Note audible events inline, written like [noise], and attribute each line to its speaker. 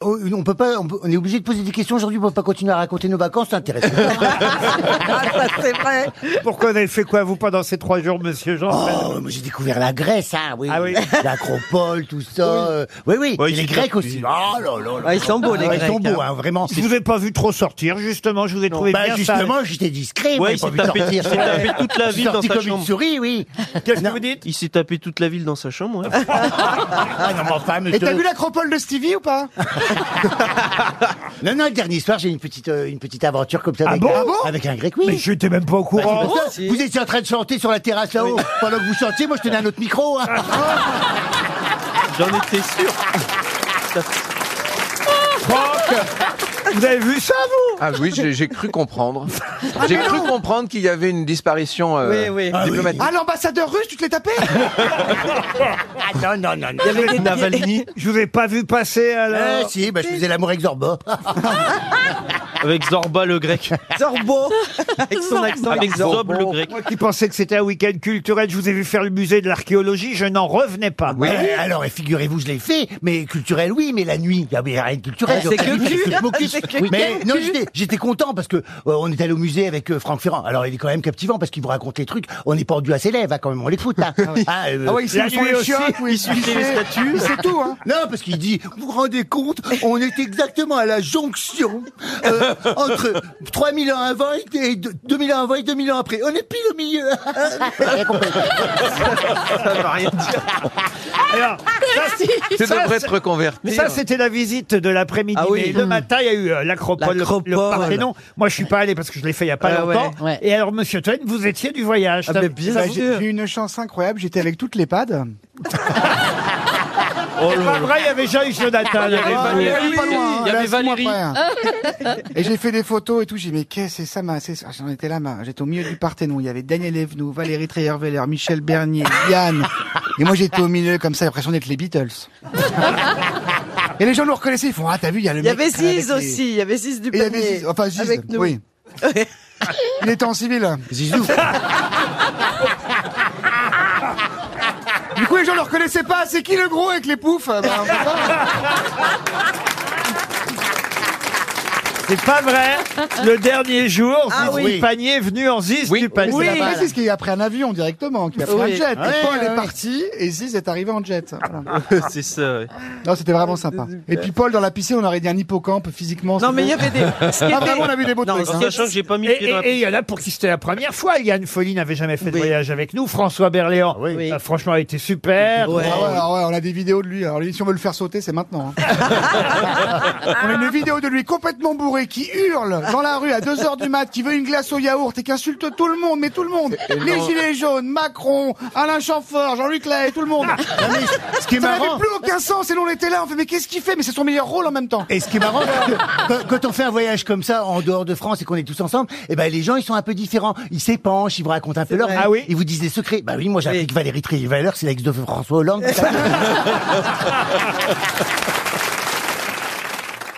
Speaker 1: une- Oh, on peut pas, on, peut- on est obligé de poser des questions aujourd'hui pour pas continuer à raconter nos vacances, c'est intéressant.
Speaker 2: [laughs] c'est vrai.
Speaker 3: Pourquoi on a fait quoi, vous, pendant ces trois jours, monsieur Jean
Speaker 1: Oh, moi j'ai découvert la Grèce, hein, oui.
Speaker 3: Ah oui.
Speaker 1: L'acropole, tout ça. euh, Oui, oui.
Speaker 3: Oui,
Speaker 1: Et les
Speaker 3: c'est
Speaker 1: Grecs
Speaker 3: bien.
Speaker 1: aussi. Ah, là, là, là.
Speaker 2: Ah, ils sont beaux, les
Speaker 1: Ah, Ils
Speaker 2: Grecs,
Speaker 1: sont beaux,
Speaker 2: hein.
Speaker 1: hein, vraiment.
Speaker 3: Je vous ai pas vu trop sortir, justement. Je vous ai trouvé
Speaker 1: Bah,
Speaker 3: bien
Speaker 1: justement, j'étais discret. moi,
Speaker 4: Ouais,
Speaker 1: j'ai
Speaker 4: il
Speaker 1: pas
Speaker 4: s'est
Speaker 1: vu
Speaker 4: tapé, il
Speaker 1: sortir.
Speaker 4: s'est tapé toute la
Speaker 1: Je suis
Speaker 4: ville dans
Speaker 1: sorti
Speaker 4: sa
Speaker 1: comme une
Speaker 4: chambre.
Speaker 1: souris, oui.
Speaker 3: Qu'est-ce que
Speaker 1: Non.
Speaker 3: vous dites
Speaker 4: Il s'est tapé toute la ville dans sa chambre. ouais.
Speaker 1: Ah non, mais enfin,
Speaker 5: Et t'as
Speaker 1: monsieur.
Speaker 5: vu l'acropole de Stevie ou pas
Speaker 1: [laughs] Non, non, le dernier soir, j'ai une petite, euh, une petite aventure comme ça avec,
Speaker 3: bon
Speaker 1: un,
Speaker 3: Ah bon
Speaker 1: avec un grec,
Speaker 3: Mais
Speaker 1: oui.
Speaker 3: j'étais même pas au courant.
Speaker 1: Parce que Vous étiez en train de chanter sur la terrasse là-haut. Pendant que vous chantiez, moi je tenais un autre micro. hein.
Speaker 4: [laughs] J'en étais sûr.
Speaker 3: Franck, vous avez vu ça, vous
Speaker 6: Ah oui, j'ai j'ai cru
Speaker 5: [laughs]
Speaker 6: comprendre.
Speaker 5: Ah,
Speaker 6: J'ai cru comprendre qu'il y avait une disparition euh,
Speaker 2: Oui, oui. Ah oui.
Speaker 6: diplomatique.
Speaker 5: Ah, l'ambassadeur russe, tu te l'es tapé
Speaker 1: Ah non, non, non, non.
Speaker 2: Il y avait des-
Speaker 4: Navalny
Speaker 3: Je vous ai pas vu passer,
Speaker 1: Eh
Speaker 3: alors.
Speaker 1: si, bah, je faisais l'amour avec Zorba.
Speaker 4: avec Zorba
Speaker 3: [laughs]
Speaker 4: le grec.
Speaker 2: Zorbo avec son accent.
Speaker 4: Avec Zob le
Speaker 2: Zorbo.
Speaker 4: grec.
Speaker 3: Moi qui pensais que c'était un week-end culturel, je vous ai vu faire le musée de l'archéologie, je n'en revenais pas.
Speaker 1: Ouais, Eh, alors, et figurez-vous, je l'ai fait, mais culturel, oui, mais la nuit, il n'y a rien de culturel.
Speaker 2: Ah, c'est
Speaker 1: Donc,
Speaker 2: que
Speaker 1: il
Speaker 2: cul.
Speaker 1: faut je m'occupe.
Speaker 2: C'est que
Speaker 1: Oui, Mais
Speaker 2: cul.
Speaker 1: non, j'étais- j'étais content parce que euh, on est allé au musée avec euh, Franck Ferrand. Alors, il est quand même captivant parce qu'il vous raconte les trucs. On n'est pendu à ses lèvres, hein, quand même, on l'écoute. Hein. Ah, euh,
Speaker 5: Ah ouais, il sait
Speaker 3: La
Speaker 5: où sont
Speaker 3: nuit
Speaker 5: les
Speaker 3: aussi,
Speaker 5: chiottes, où
Speaker 4: il suit les
Speaker 5: sait-
Speaker 4: statues.
Speaker 5: Il sait tout, hein
Speaker 1: Non, parce qu'il dit, vous vous rendez compte, on est exactement à la jonction euh, entre 3000 ans avant et 2000 ans avant et 2000 ans après. On est pile au milieu.
Speaker 3: Alors, ça, c'est-
Speaker 6: Tu
Speaker 3: ça,
Speaker 6: devrais
Speaker 3: c'est-
Speaker 6: te reconvertir.
Speaker 3: Ça, c'était la visite de l'après-midi.
Speaker 2: euh, Ah oui.
Speaker 3: Mais le matin, il y a eu euh, l'acropole, le- le
Speaker 2: L'acropole.
Speaker 3: Parthénon. Moi, je suis pas allé parce que je l'ai fait il y a pas
Speaker 2: Ah ouais,
Speaker 3: longtemps.
Speaker 2: ouais.
Speaker 3: Et alors, monsieur Toen, vous étiez du voyage.
Speaker 2: Ah, mais bien
Speaker 5: Bah,
Speaker 2: sûr.
Speaker 5: J'ai j'ai eu une chance incroyable, j'étais avec toutes les pads.
Speaker 3: C'est pas vrai, il y avait Jean-Yves Jonathan.
Speaker 4: Il y avait
Speaker 5: Ah,
Speaker 4: Valérie,
Speaker 5: elle est pas loin,
Speaker 4: il y
Speaker 5: elle est
Speaker 4: avait
Speaker 5: à six mois
Speaker 4: Valérie.
Speaker 5: près, hein. [laughs] Et j'ai fait des photos et tout, j'ai dit, mais qu'est-ce que c'est ça, ma, c'est ça. J'en étais là, ma, j'étais au milieu du Parthénon. Il y avait Daniel Evenou, Valérie Trierweiler, Michel Bernier, Yann. Et moi, j'étais au milieu comme ça, j'ai l'impression d'être les Beatles. Et les gens nous reconnaissaient, ils font, ah, t'as vu, il y a le
Speaker 2: Il y
Speaker 5: mec
Speaker 2: avait
Speaker 5: qui traîne avec
Speaker 2: Ziz
Speaker 5: les-
Speaker 2: aussi, il y avait Ziz du
Speaker 5: Et il y
Speaker 2: panier.
Speaker 5: avait Ziz, enfin, Ziz,
Speaker 2: avec nous.
Speaker 5: oui. Il était en civil.
Speaker 1: Zizou.
Speaker 5: Du coup, les gens le reconnaissaient pas. C'est qui le gros avec les poufs Bah, on peut pas.
Speaker 3: C'est pas vrai. Le dernier jour,
Speaker 2: Ah
Speaker 3: Zizi
Speaker 1: oui.
Speaker 3: Panier est venu en Ziz
Speaker 6: Oui.
Speaker 3: du Panier.
Speaker 5: Mais
Speaker 2: Oui.
Speaker 5: c'est la précise qu'il a pris un avion directement, qu'il a pris un
Speaker 2: Oui.
Speaker 5: jet.
Speaker 1: Ouais,
Speaker 5: et Paul
Speaker 1: ouais.
Speaker 5: est parti et Ziz est arrivé en jet.
Speaker 2: Ah.
Speaker 5: Voilà.
Speaker 4: [laughs] C'est ça. ouais.
Speaker 5: Non, c'était vraiment sympa. Et puis Paul dans la piscine, on aurait dit un hippocampe physiquement.
Speaker 2: Non, mais il y avait
Speaker 4: [laughs]
Speaker 2: des. Ce qui
Speaker 5: Ah,
Speaker 2: était-
Speaker 5: vraiment, on a vu des beaux
Speaker 2: Non,
Speaker 5: trucs.
Speaker 2: c'est-
Speaker 5: hein.
Speaker 4: Sachant que j'ai pas mis
Speaker 3: Et
Speaker 4: le pied dans la
Speaker 3: et- et il y en a pour qui c'était la première fois. Yann Folly n'avait jamais fait de
Speaker 2: Oui. Ah,
Speaker 3: voyage avec nous. François Berléand,
Speaker 2: Oui.
Speaker 3: euh, franchement, a été super.
Speaker 2: Ouais.
Speaker 5: Ah ouais, alors ouais, on a des vidéos de lui. Alors lui, si on veut le faire sauter, c'est maintenant. hein.
Speaker 2: [laughs]
Speaker 5: on a une vidéo de lui complètement bourré qui hurle dans la rue à 2h du mat, qui veut une glace au yaourt et qui insulte tout le monde, mais tout le monde. Les gilets jaunes, Macron, Alain Chamfort, Jean-Luc Lahaye, tout le
Speaker 2: [laughs]
Speaker 5: monde.
Speaker 1: Non, mais ce qui est
Speaker 5: Ça n'avait
Speaker 1: marrant.
Speaker 5: plus aucun sens et nous on était là, on fait mais qu'est-ce qu'il fait Mais c'est son meilleur rôle en même temps.
Speaker 1: Et ce qui est marrant, c'est que quand- quand on fait un voyage comme ça en dehors de France et qu'on est tous ensemble, eh ben les gens ils sont un peu différents. Ils s'épanchent, ils vous racontent un peu leur vie.
Speaker 3: Ah oui
Speaker 1: Ils vous disent des secrets. Bah oui, moi j'ai appris
Speaker 2: Oui.
Speaker 1: que Valérie Trierweiler, c'est l'ex de François Hollande.